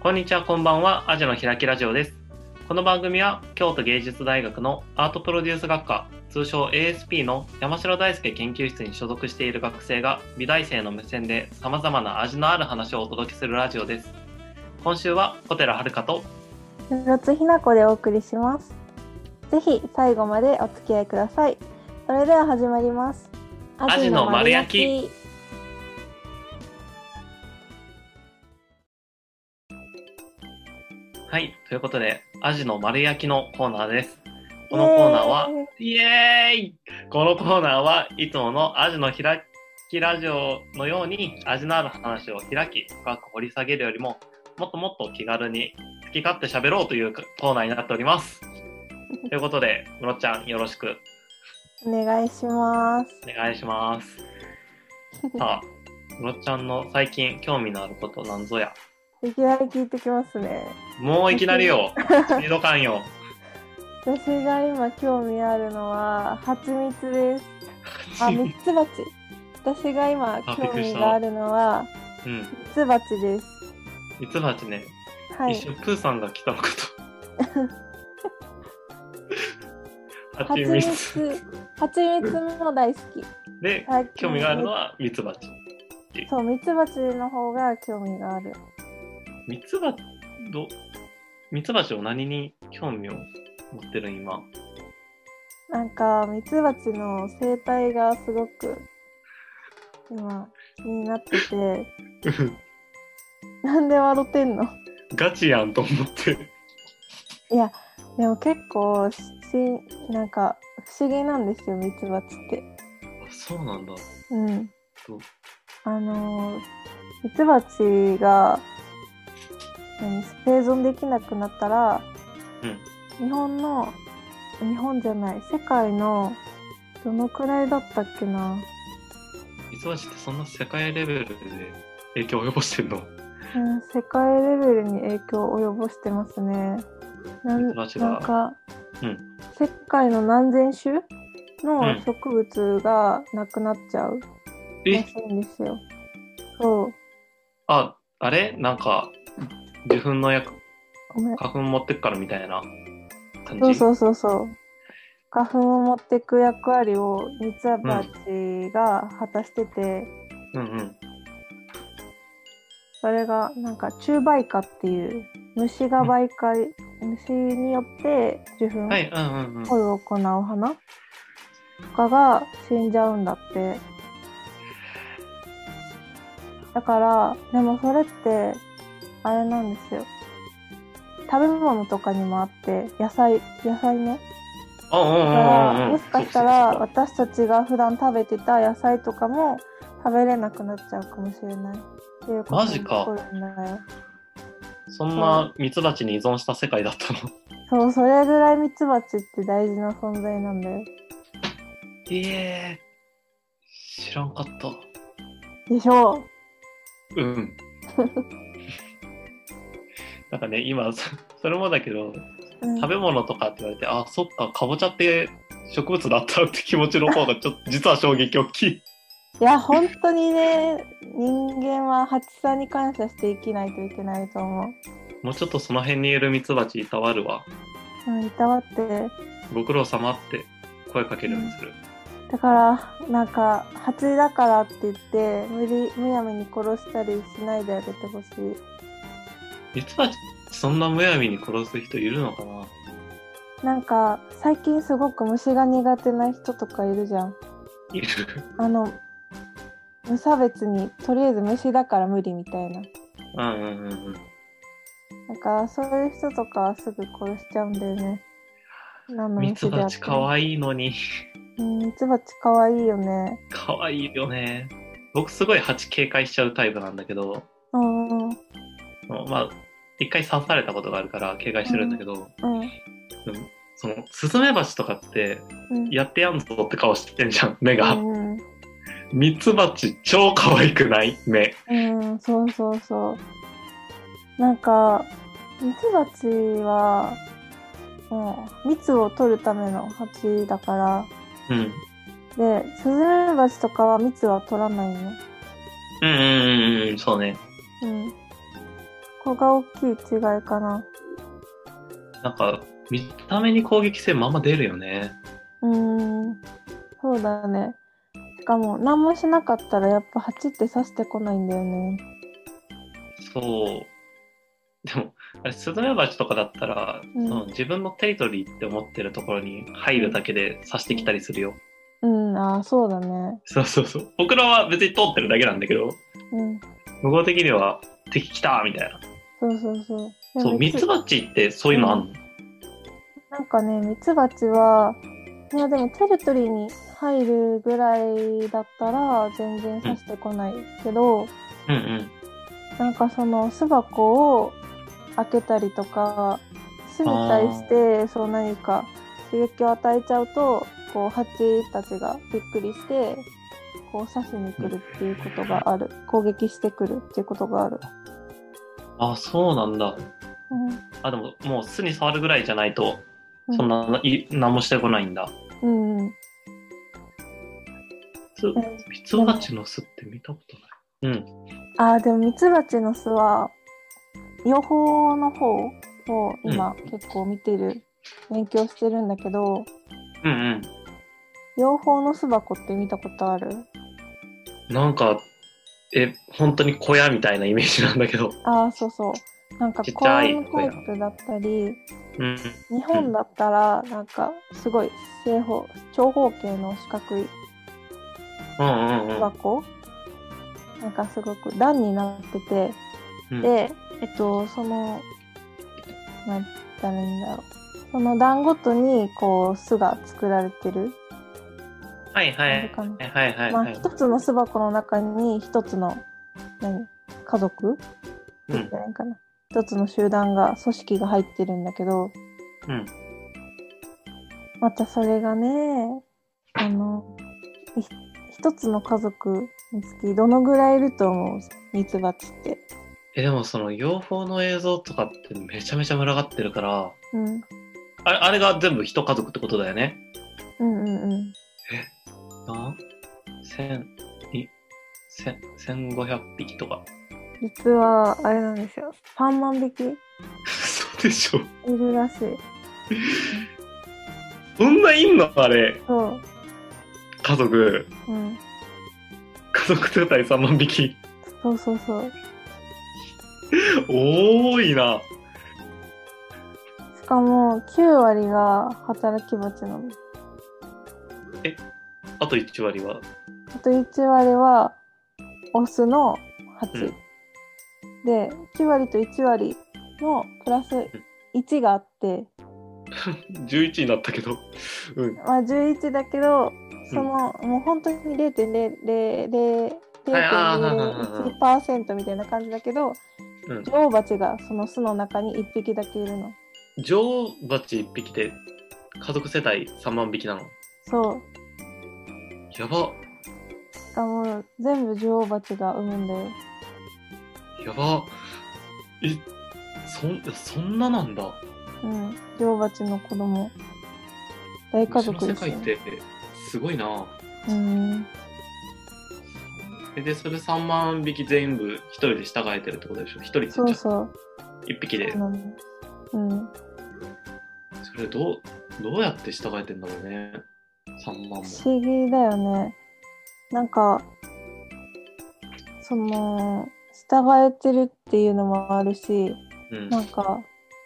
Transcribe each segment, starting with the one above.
こんにちは、こんばんは。アジの開きラジオです。この番組は京都芸術大学のアートプロデュース学科、通称 ASP の山城大輔研究室に所属している学生が美大生の目線で様々な味のある話をお届けするラジオです。今週は小寺遥と室津ひな子でお送りしますぜひ最後までお付き合いくださいそれでは始まりますアジの丸焼きアジの丸焼きはい、ということで、アジの丸焼きのコーナーです。このコーナーは、イエーイこのコーナーはいつものアジの開きラジオのように味のある話を開き深く掘り下げるよりももっともっと気軽に好き勝手喋ろうというコーナーになっており ます。ということで、ムロちゃんよろしくイエーイお願いしますお願いし ます。さあ、ムロちゃんの最近興味のあることなんぞや。いきなり聞いてきますねもういきなりよ、スピード感 よ。私が今興味あるのは蜂蜜 ですあ、ミツバチ私が今あびっ興くりし味たがあるのはうん、ミツバチですミツバチね、はい一瞬プーさんが来たの かと。蜂蜂蜜蜜蜂蜜も大好きで最近興味があるのはミツバチ。そうミツバチの方が興味があるミツバどミツバチを何に興味を持ってる今。なんかミツバチの生態がすごく今気になっててなんで笑ってんのガチやんと思って。でも結構しなんか不思議なんですよミツバチって。あそうなんだ。うんそう、あのーミツバチが何生存できなくなったら、日本の日本じゃない世界のどのくらいだったっけなミツバチってそんな世界レベルで影響を及ぼしてんのうん、世界レベルに影響を及ぼしてますね。なんミツバチがなんか、うん世界の何千種うのん植物がなくなっちゃうらえしいんですよ。そう、あ、あれなんか、受粉の薬、ごめん。花粉持ってくからみたいな感じ。そうそうそうそう。花粉を持ってく役割をミツバチが果たしてて、うんうん。それがなんか虫媒化っていう虫が媒介、虫によって受粉、はい、うんうんうん。恋を行う花とかが死んじゃうんだってだからでもそれってあれなんですよ食べ物とかにもあって野菜野菜ねあうんだうかんうんうらん。もしかしたそうらそうそう私たちが普段食べてた野菜とかも食べれなくなっちゃうかもしれないっていうことマジかになるんだよそんなミツバチに依存した世界だったの。そうそれぐらいミツバチって大事な存在なんだよええ知らんかった。でしょううん。なんかね、今、そそれもだけど、うん食べ物とかって言われて、あ、そっか、かぼちゃって植物だったって気持ちの方 が、ちょっと、実は衝撃大きい。いや本当にね人間は蜂さんに感謝して生きないといけないと思う。もうちょっとその辺にいるミツバチいたわるわ。うん、いたわってご苦労様って声かけるようにする。だからなんか蜂だからって言って無理むやみに殺したりしないであげてほしい。ミツバチ、そんなむやみに殺す人いるのかななんか最近すごく虫が苦手な人とかいるじゃん。いる。あの無差別にとりあえず虫だから無理みたいな。うんうんうんうん。なんかそういう人とかはすぐ殺しちゃうんだよね。何のミツ虫であバってチかも。わいいのに。うんミツバチかわいいよね。かわいいよね。僕すごい蜂警戒しちゃうタイプなんだけど、うんうんうん。まあ、一回刺されたことがあるから警戒してるんだけど、うんそのスズメバチとかってうんやってやんぞって顔してんじゃん、目が。うんミツバチ超可愛くない目。うん、そうそうそう。なんか、ミツバチは、もう、蜜を取るための蜂だから、うん。で、スズメバチとかは蜜は取らないの。うんうんうんうん、そうね。うん。ここが大きい違いかな。なんか、見た目に攻撃性もあんま出るよね。うーん、そうだね。しかも、何もしなかったらやっぱ蜂って刺してこないんだよね。そう。でも、あれ、スズメバチとかだったら、うんその自分のテリトリーって思ってるところに入るだけで刺してきたりするよ。うん、ああ、そうだね。そうそうそう。僕らは別に通ってるだけなんだけど、うん、向こう的には敵来たみたいな。そうそうそう。でそう、もミツバチってそういうのあんの、なんかね、ミツバチは、いやでもテリトリーに入るぐらいだったら全然刺してこないけど、うん、うんなんかその巣箱を開けたりとか、巣に対してそう何か刺激を与えちゃうと、こう蜂たちがびっくりして、こう刺しに来るっていうことがある。攻撃してくるっていうことがある。あ、そうなんだ。うんあ、でももう巣に触るぐらいじゃないと、うんそんな、い何もしてこないんだ。うんうん。つミツバチの巣って見たことない。うん。あーでもミツバチの巣は養蜂の方を今結構見てる、勉強してるんだけどうん養蜂の巣箱って見たことあるうん。なんか、え、本当に小屋みたいなイメージなんだけど。ああそうそうなんかちっち公ゃい園のタイプだったりうん。日本だったらなんかすごい正方長方形の四角いうんうんう巣ん。うん箱、なんかすごく段になっててうんで、えっと、その、なんたらいいんだろう。その段ごとに、こう、巣が作られてる。はいはなんい。かねはいはいまはあ、い。一つの巣箱の中に、一つの、何家族うじんゃないかな。一つの集団が、組織が入ってるんだけど、うん。またそれがね、あの、い一つの家族につき、どのぐらいいると思うミツバチって。え、でもその養蜂の映像とかってめちゃめちゃ群がってるから、うん。あれあれが全部一家族ってことだよね。うんうんうん。あ千、い、千、千五百匹とか。 実は、あれなんですよ。3万匹いそうでしょ。るらしい。そんないんのあれ。そう。家族。うん、家族世帯3万匹。そうそうそう。多いな。しかも9割が働き蜂なの。あと1割は。あと1割はオスの蜂。うんで9割と1割のプラス1があって、 11になったけど。うん。まあ、11だけどその、もう本当に0.000はいあーはいはいはい0.01%みたいな感じだけどうん。女王蜂がその巣の中に1匹だけいるの。女王蜂1匹で家族世帯3万匹なの。そうやば。しかも全部女王蜂が産むんだよ。やば。え、そん、そんななんだ。うん、女王蜂の子供。大家族うでちすの世よ界っ。てすごいな。うん、えで、それ3万匹全部一人で従えてるってことでしょ一人ってそうそう。 1匹でそう。なのうん、それどう、どうやって従えてんだろうね。3万も。不思議だよね。なんか、その、従えてるっていうのもあるし、うん。なんか、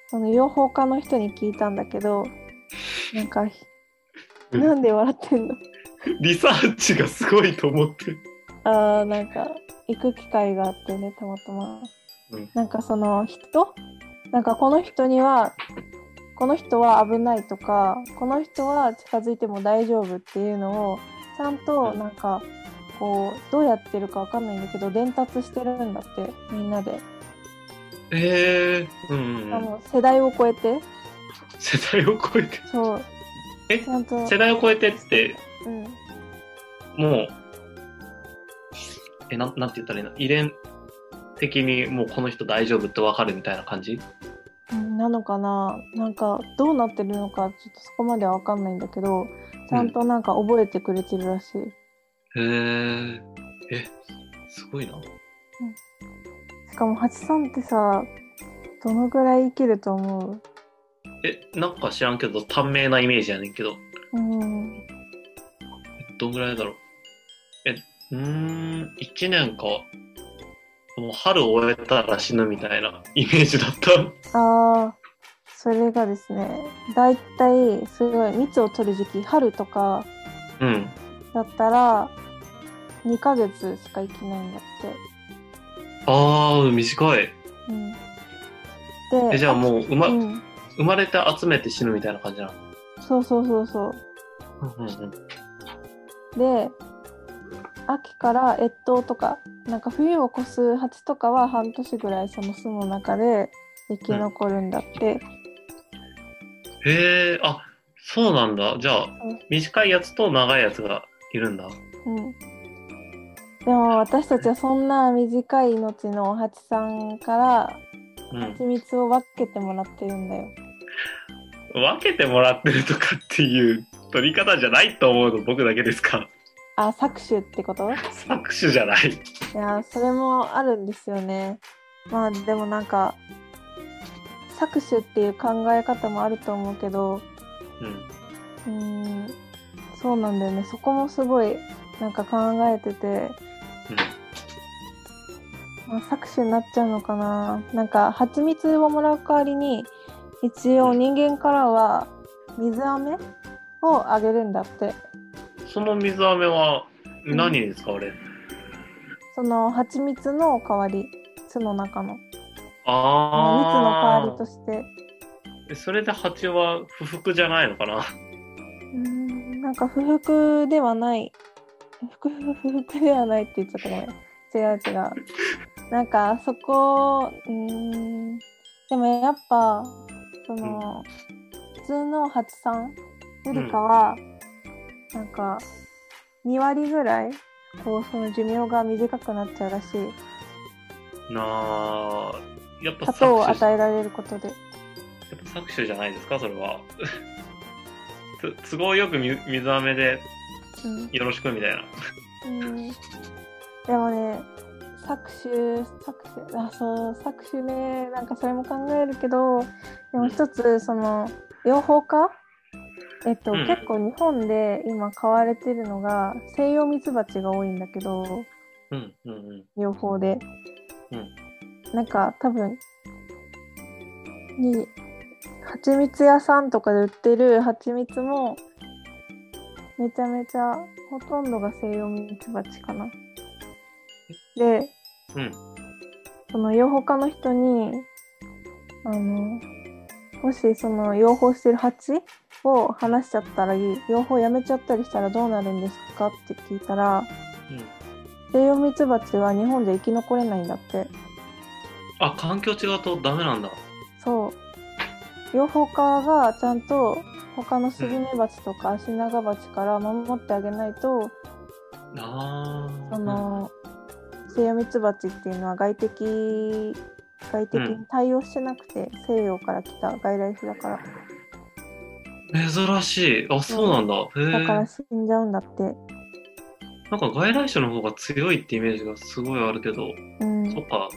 その養蜂家の人に聞いたんだけど、なんか、うんなんで笑ってんのリサーチがすごいと思って。あーなんか行く機会があってねたまたま、うんなんかその人なんかこの人にはこの人は危ないとかこの人は近づいても大丈夫っていうのをちゃんとうんなんかこうどうやってるかわかんないんだけど伝達してるんだってみんなで、えー、うん、あうん。の世代を超えて世代を超えて。そうえちゃんと世代を超えてって、うんもう、え、なんなんて言ったらいいの遺伝的にもうこの人大丈夫ってわかるみたいな感じうんなのかななんかどうなってるのかちょっとそこまではわかんないんだけどちゃんとなんか覚えてくれてるらしい、へー。え、すごいな。しかも蜂さんってさどのぐらい生きると思うえ、なんか知らんけど、短命なイメージやねんけど、うん。どんぐらいだろう。え、うーん、1年か。もう春終えたら死ぬみたいな イメージだった。ああ、それがですね、だいたいすごい蜜を取る時期、春とかうん。だったら、2ヶ月しか生きないんだって。ああ、短い。うん、え、じゃあもう、うま、うん、生まれて集めて死ぬみたいな感じなのそうそうそうそう。うんうんうん。で秋から越冬とかなんか冬を越す蜂とかは半年ぐらいその巣の中で生き残るんだって、へえ、あ、そうなんだ。じゃあ、短いやつと長いやつがいるんだ。うんでも私たちはそんな短い命のお蜂さんからうん。蜂蜜を分けてもらってるんだよ。分けてもらってるとかっていう取り方じゃないと思うの僕だけですか あ搾取ってこと搾取じゃない。いやーそれもあるんですよね。まあでもなんか搾取っていう考え方もあると思うけどうん。うーんそうなんだよねそこもすごいなんか考えてて、まあ、搾取になっちゃうのかななんか蜂蜜をもらう代わりに一応人間からは水飴をあげるんだってうん。その水飴は何に使われる、その蜂蜜の代わり巣の中の蜜のあ代あ。わりとしてえそれで蜂は不服じゃないのかな うーんなんか不服ではない不服不服ではないって言っちゃったごめん違う違うなんかそこうーんでもやっぱその、普通の蜂さんよりかは、なんか2割ぐらいこうその寿命が短くなっちゃうらしいなあ。やっぱ砂糖を搾取与えられることでやっぱ搾取じゃないですかそれは つ都合よくみ水飴でうんよろしくみたいなうんでもね搾取搾取あそう搾取ねなんかそれも考えるけどでも一つその養蜂家えっと、うん結構日本で今買われてるのが西洋ミツバチが多いんだけどうんうんうん養蜂で、うんなんか多分に蜂蜜屋さんとかで売ってる蜂蜜もめちゃめちゃほとんどが西洋ミツバチかな。でうんその養蜂家の人にあのもしその養蜂してる蜂を離しちゃったり養蜂やめちゃったりしたらどうなるんですかって聞いたらうん西洋ミツバチは日本で生き残れないんだってあ環境違うとダメなんだそう養蜂家がちゃんと他のスズメバチとかアシナガバチから守ってあげないと、あーその西洋ミツバチっていうのは外敵外敵に対応してなくて、西洋から来た外来種だから珍しいあそうなんだへだえから死んじゃうんだって、なんか外来種の方が強いってイメージがすごいあるけど、うんそっか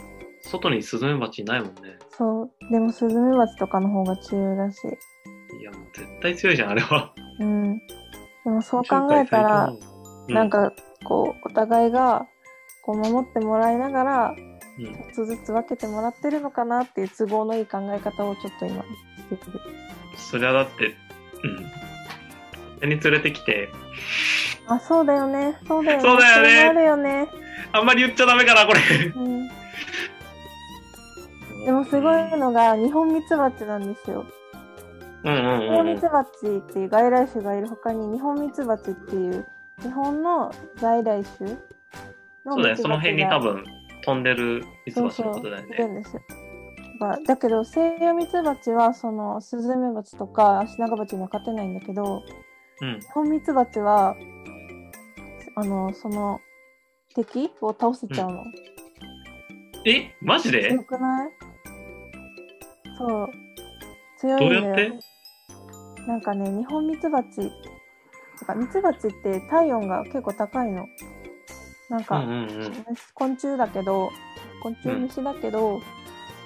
外にスズメバチいないもんねそうでもスズメバチとかの方が強いらしいいやもう絶対強いじゃんあれはうんでもそう考えたら、世界最強だもうなんかこうお互いがこう守ってもらいながらうんちょっとずつ分けてもらってるのかなっていう都合のいい考え方をちょっと今してるそりゃだってうん勝手に連れてきてあそうだよねそうだよねそうだよねそれもあるよね、あんまり言っちゃダメかなこれうん、でもすごいのが日本ミツバチなんですようんうん日うん本うんミツバチっていう外来種がいる他に日本ミツバチっていう日本の在来種のそうだね、その辺に多分分飛んでるミツそうバチそのうことだよいるね。んですよ。だからだけどセイヨミツバチはそのスズメバチとかアシナガバチには勝てないんだけどうん。ホンミツバチはあのその敵を倒せちゃうの。え、マジで強くないそう強いどんうだやよってなんかね日本ミツバチとかミツバチって体温が結構高いの。なんうか、んうんうん。虫昆虫だけど昆虫虫だけど、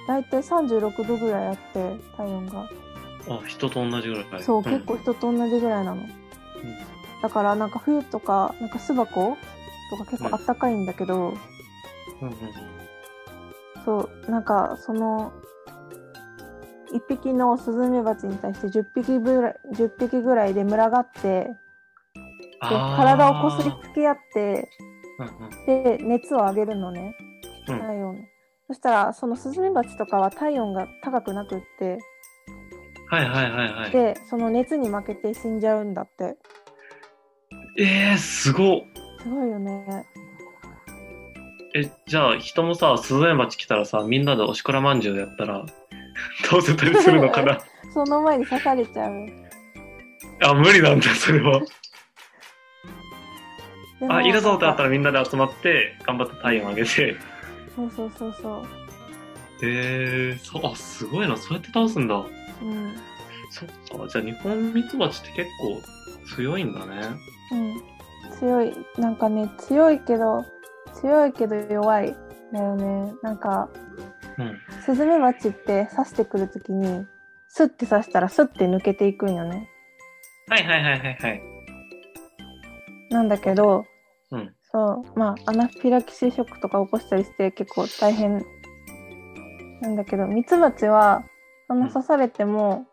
大体36度ぐらいあって体温があ人と同じぐらいそう、ん結構人と同じぐらいなの、だからなんか冬とかなんか巣箱とか結構あったかいんだけど、うんうんそうなんかその1匹のスズメバチに対して10匹ぐらい10匹ぐらいで群がってであー体をこすりつけ合ってうんうんで熱を上げるのねうん体温、そしたらそのスズメバチとかは体温が高くなくってはいはいはいはいでその熱に負けて死んじゃうんだってえー、すごっすごいよねえじゃあ人もさスズメバチ来たらさみんなでおしくらまんじゅうやったら倒せたりするのかなその前に刺されちゃう あ無理なんだそれはでもあいるぞってなったなんからみんなで集まって頑張って体温上げてそうそうそうそうえー、そうあすごいなそうやって倒すんだうんそっかじゃあ日本ミツバチって結構強いんだねうん、強いなんかね強いけど強いけど弱いだよねなんかうんスズメバチって刺してくるときにスッて刺したらスッて抜けていくんよねはいはいはいはいはいなんだけど、うんそうまあアナフィラキシーショックとか起こしたりして結構大変なんだけどミツバチはその刺されても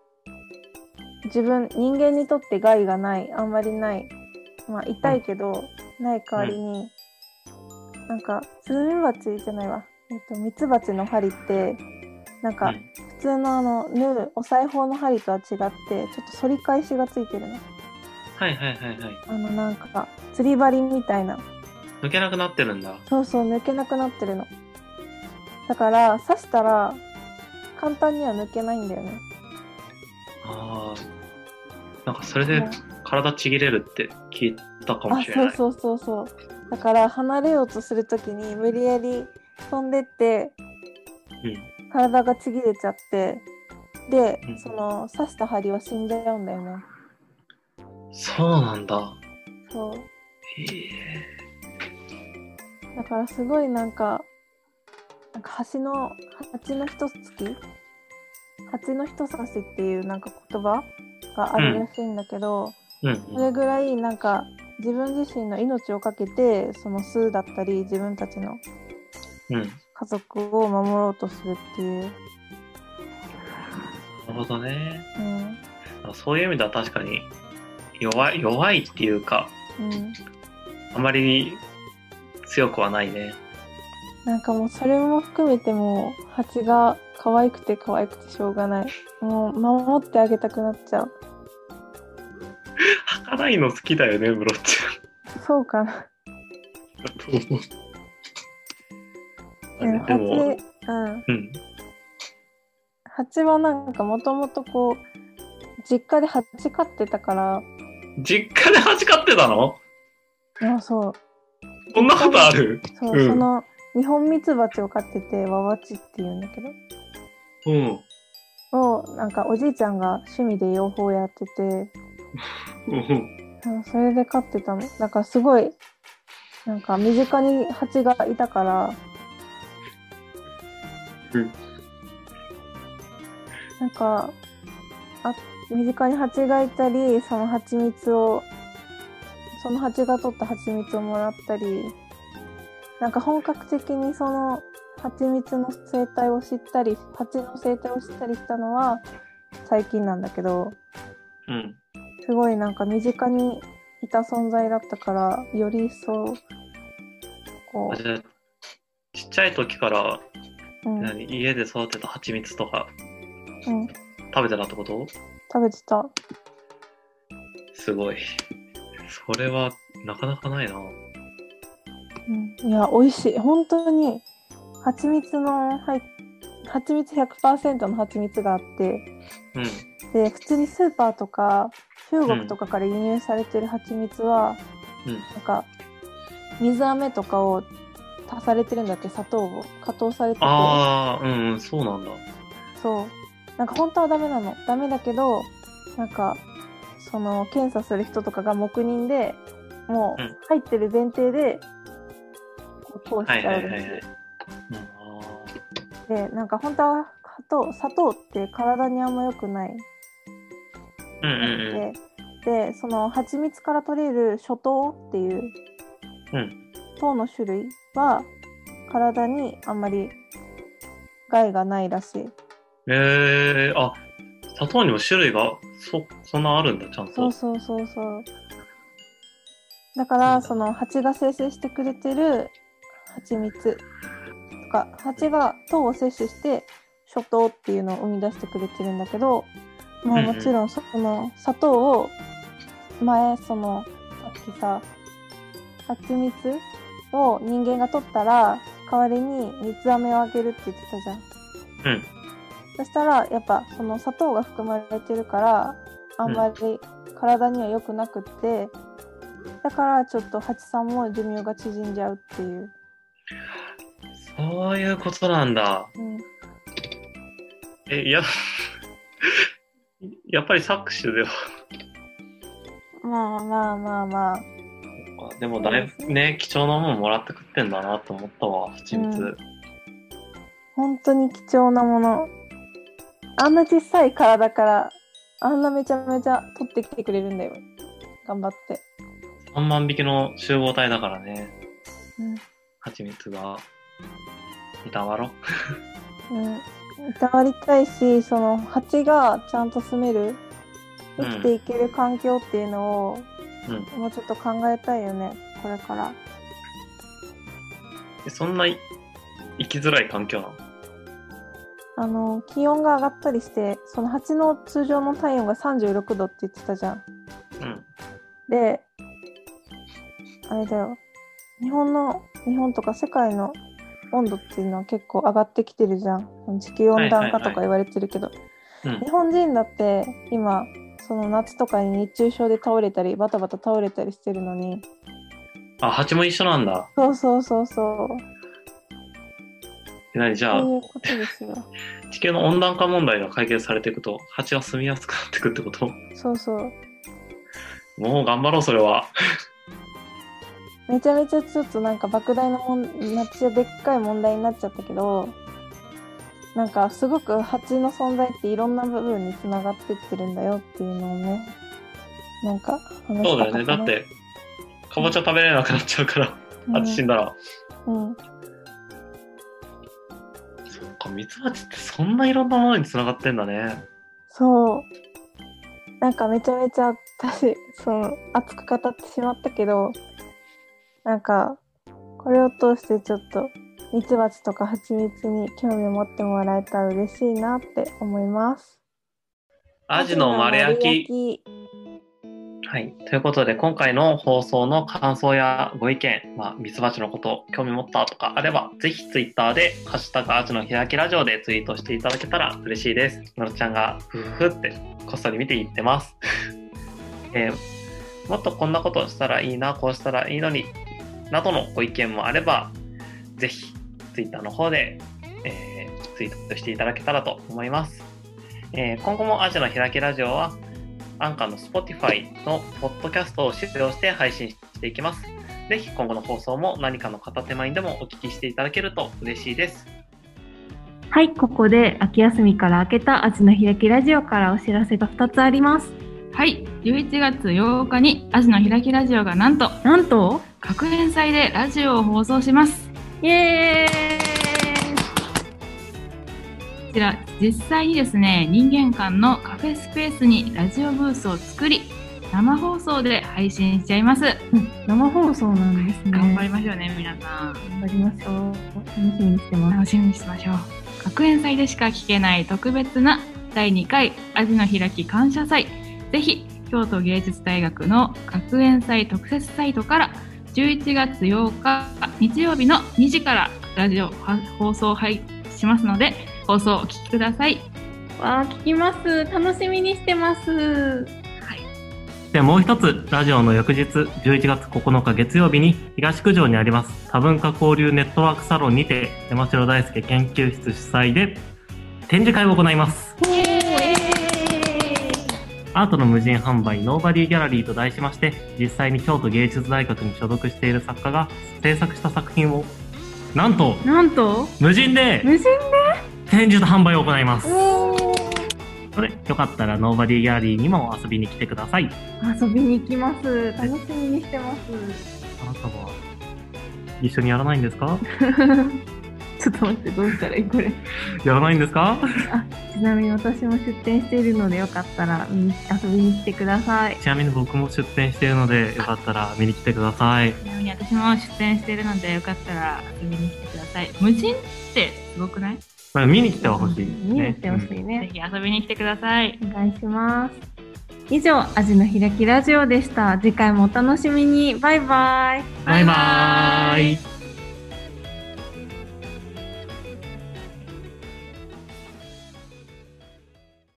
自分人間にとって害がないあんまりない、まあ、痛いけど、ない代わりに、なんかスズメバチじゃないわ、えっと、ミツバチの針ってなんうかん普通のあの縫うお裁縫の針とは違ってちょっと反り返しがついてるのはいはいはいはいあのなんか釣り針みたいな抜けなくなってるんだそうそう抜けなくなってるのだから刺したら簡単には抜けないんだよねあーなんかそれで体ちぎれるって聞いたかもあしれそないうそうそうそうだから離れようとするときに無理やり飛んでって、う体がちぎれちゃってで、うんその刺した針は死んじゃうんだよねそうなんだそうへえだからすごいなんかなんか橋の蜂の一つき蜂の一刺しっていうなんか言葉があるらしいんだけど、うんそうんれぐらいなんか自分自身の命をかけてその巣だったり自分たちのうん家族を守ろうとするっていう、なるほどねうんそういう意味では確かに弱い弱いっていうかうん、あまり強くはないねなんかもうそれも含めてもう蜂が可愛くて可愛くてしょうがないもう守ってあげたくなっちゃう儚いの好きだよねムロちそうかなゃんだと思うあうれんで蜂も、うん、うん、蜂はなんかもともとこう実家で蜂飼ってたから実家で恥かってたのいやそうこんなことあるそう、うんその日本ミツバチを飼っててワワチっていうんだけどうんをなんかおじいちゃんが趣味で養蜂やっててうんうんそれで飼ってたのだからすごいなんか身近に蜂がいたから、うんなんかあ身近に蜂がいたりその蜂蜜をその蜂が取った蜂蜜をもらったりなんか本格的にその蜂蜜の生態を知ったり蜂の生態を知ったりしたのは最近なんだけど。うんすごいなんか身近にいた存在だったからより一層こあじゃあちっちゃい時から、う、うんうん、何家で育てた蜂蜜とか食食べてたってことべてたすごいそれはなかなかないなううんいや美味しい本当に蜂蜜のはい蜂蜜100%の蜂蜜があってんで普通にスーパーとか中国とかから輸入されてる蜂蜜は、うんなんか水飴とかを足されてるんだって砂糖を加糖されててああうんうんそうなんだそうなんか本当はダメなのダメだけどなんかその検査する人とかが黙認でもうんう入ってる前提でこう通しちゃうらしはいはいいはいはいうんあーでなんか本当は砂糖砂糖って体にあんま良くないうんうんで、うん。でその蜂蜜から取れる諸糖っていう、うん糖の種類は体にあんまり害がないらしいえー、あ、砂糖にも種類がそ、そんなあるんだ、ちゃんそとう。そうそうそうだかなんらだその蜂が生成してくれてる蜂蜜とか蜂が糖を摂取して諸糖っていうのを生み出してくれてるんだけど、まあ、うんうんもちろんその砂糖を前そのさっきさ蜂蜜を人間が取ったら代わりに水飴をあげるって言ってたじゃん。うんそしたらやっぱその砂糖が含まれてるからあんまり体には良くなくって、だからちょっと蜂さんも寿命が縮んじゃうっていう、そういうことなんだ。うん、え、いや、 やっぱり搾取では。まあまあまあまあでもだいぶね、貴重なもんもらって食ってんだなと思ったわ、蜂蜜。うん本当に貴重なものあんな小さい体からあんなめちゃめちゃ取ってきてくれるんだよ頑張って3万匹の集合体だからね。うん蜂蜜が。いたわろ。うんいたわりたいしその蜂がちゃんと住めるうん生きていける環境っていうのを、うもうちょっと考えたいよねこれからえそんない生きづらい環境なのあの気温が上がったりしてその蜂の通常の体温が36度って言ってたじゃんうん。であれだよ日本の日本とか世界の温度っていうのは結構上がってきてるじゃん地球温暖化とか言われてるけど、うん日。本人だって今その夏とかに熱中症で倒れたりバタバタ倒れたりしてるのにあ、蜂も一緒なんだ。そうそうそうそうえ何じゃあ、そういうことですよ地球の温暖化問題が解決されていくと、蜂は住みやすくなっていくってこと そうそうもう頑張ろう、それは。めちゃめちゃちょっとなんか莫大なもんめっちゃでっかい問題になっちゃったけどなんかすごく蜂の存在っていろんな部分につながってってるんだよっていうのをねなんか話そうしだたよね。かっただなって、かぼちゃ食べれなくなっちゃうから、蜂死んだら。うん、うんそっか、ミツバチってそんないろんなものに繋がってんだね。そうなんかめちゃめちゃ私その熱く語ってしまったけどなんかこれを通してちょっとミツバチとかハチミツに興味を持ってもらえたら嬉しいなって思います。アジの丸焼き。き。はい。ということで、今回の放送の感想やご意見、まあ、ミツバチのこと、興味持ったとかあれば、ぜひツイッターで、ハッシュタグアジの開きラジオでツイートしていただけたら嬉しいです。のろちゃんが、ふふふって、こっそり見ていってます。 えーもっとこんなことしたらいいな、こうしたらいいのに、などのご意見もあれば、ぜひ、ツイッターの方で、えーツイートしていただけたらと思います。えー今後もアジの開きラジオは、アンカーの Spotify のポッドキャストを使用して配信していきます。ぜひ今後の放送も何かの片手間にでもお聞きしていただけると嬉しいです。はい、ここで秋休みから明けたアジの開きラジオからお知らせが2つあります。はい、11月8日にアジの開きラジオがなんとなんと、学園祭でラジオを放送します。イエこちら実際にですね、人間間のカフェスペースにラジオブースを作り、生放送で配信しちゃいます。ーイ生放送なんですね。頑張りましょうね、皆さ頑ん。張りましょう。楽しみにしてます。楽しみにしましょう。学園祭でしか聞けない特別な第2回アジの開き感謝祭。ぜひ、京都芸術大学の学園祭特設サイトから11月8日日曜日の2時からラジオは放送配しますので、放送お聞きください。わあ、聞きます。楽しみにしてます。で、もう一つ、ラジオの翌日、11月9日月曜日に、東九条にあります、多文化交流ネットワークサロンにて、山城大輔研究室主催で、展示会を行います。イエアートの無人販売ノーバディギャラリーと題しまして実際に京都芸術大学に所属している作家が制作した作品をなんとなんと無人で無人展示と販売を行いますおのでよかったらノーバディギャラリーにも遊びに来てください遊びに行きます楽しみにしてます あなたは一緒にやらないんですかちょっと待ってどうしたらいいこれやらないんですかちなみに私も出店しているのでよかったら見に遊びに来てくださいちなみに僕も出店しているのでよかったら見に来てくださいちなみに私も出演しているのでよかったら遊びに来てください無人ってすごくないなんか見に来てはほしい、見に行ってほしいぜね、ひ遊びに来てくださいお願いします以上アジの開きラジオでした次回もお楽しみにバイバイバイバーイ